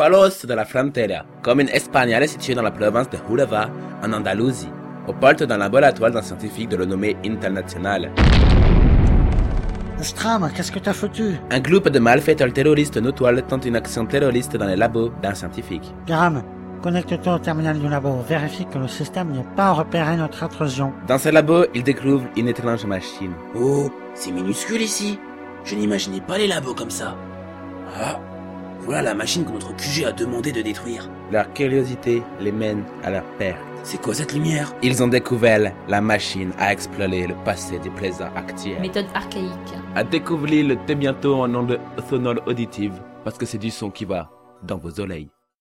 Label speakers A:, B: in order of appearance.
A: Palos de la Frontera, commune espagnole située dans la province de Huelva, en Andalousie, au porte d'un laboratoire d'un scientifique de renommée internationale.
B: Stram, qu'est-ce que t'as foutu
A: Un groupe de malfaiteurs terroristes notoires tente une action terroriste dans les labos d'un scientifique.
B: Garam, connecte-toi au terminal du labo. Vérifie que le système n'ait pas repéré notre intrusion.
A: Dans ce labo, ils découvrent une étrange machine.
C: Oh, c'est minuscule ici. Je n'imaginais pas les labos comme ça. Ah, voilà la machine que notre QG a demandé de détruire.
A: Leur curiosité les mène à la perte.
C: C'est quoi cette lumière
A: Ils ont découvert la machine à explorer le passé du présent actuel.
D: Méthode archaïque.
A: À découvrir le thé bientôt en ondes sonores auditives, parce que c'est du son qui va dans vos oreilles.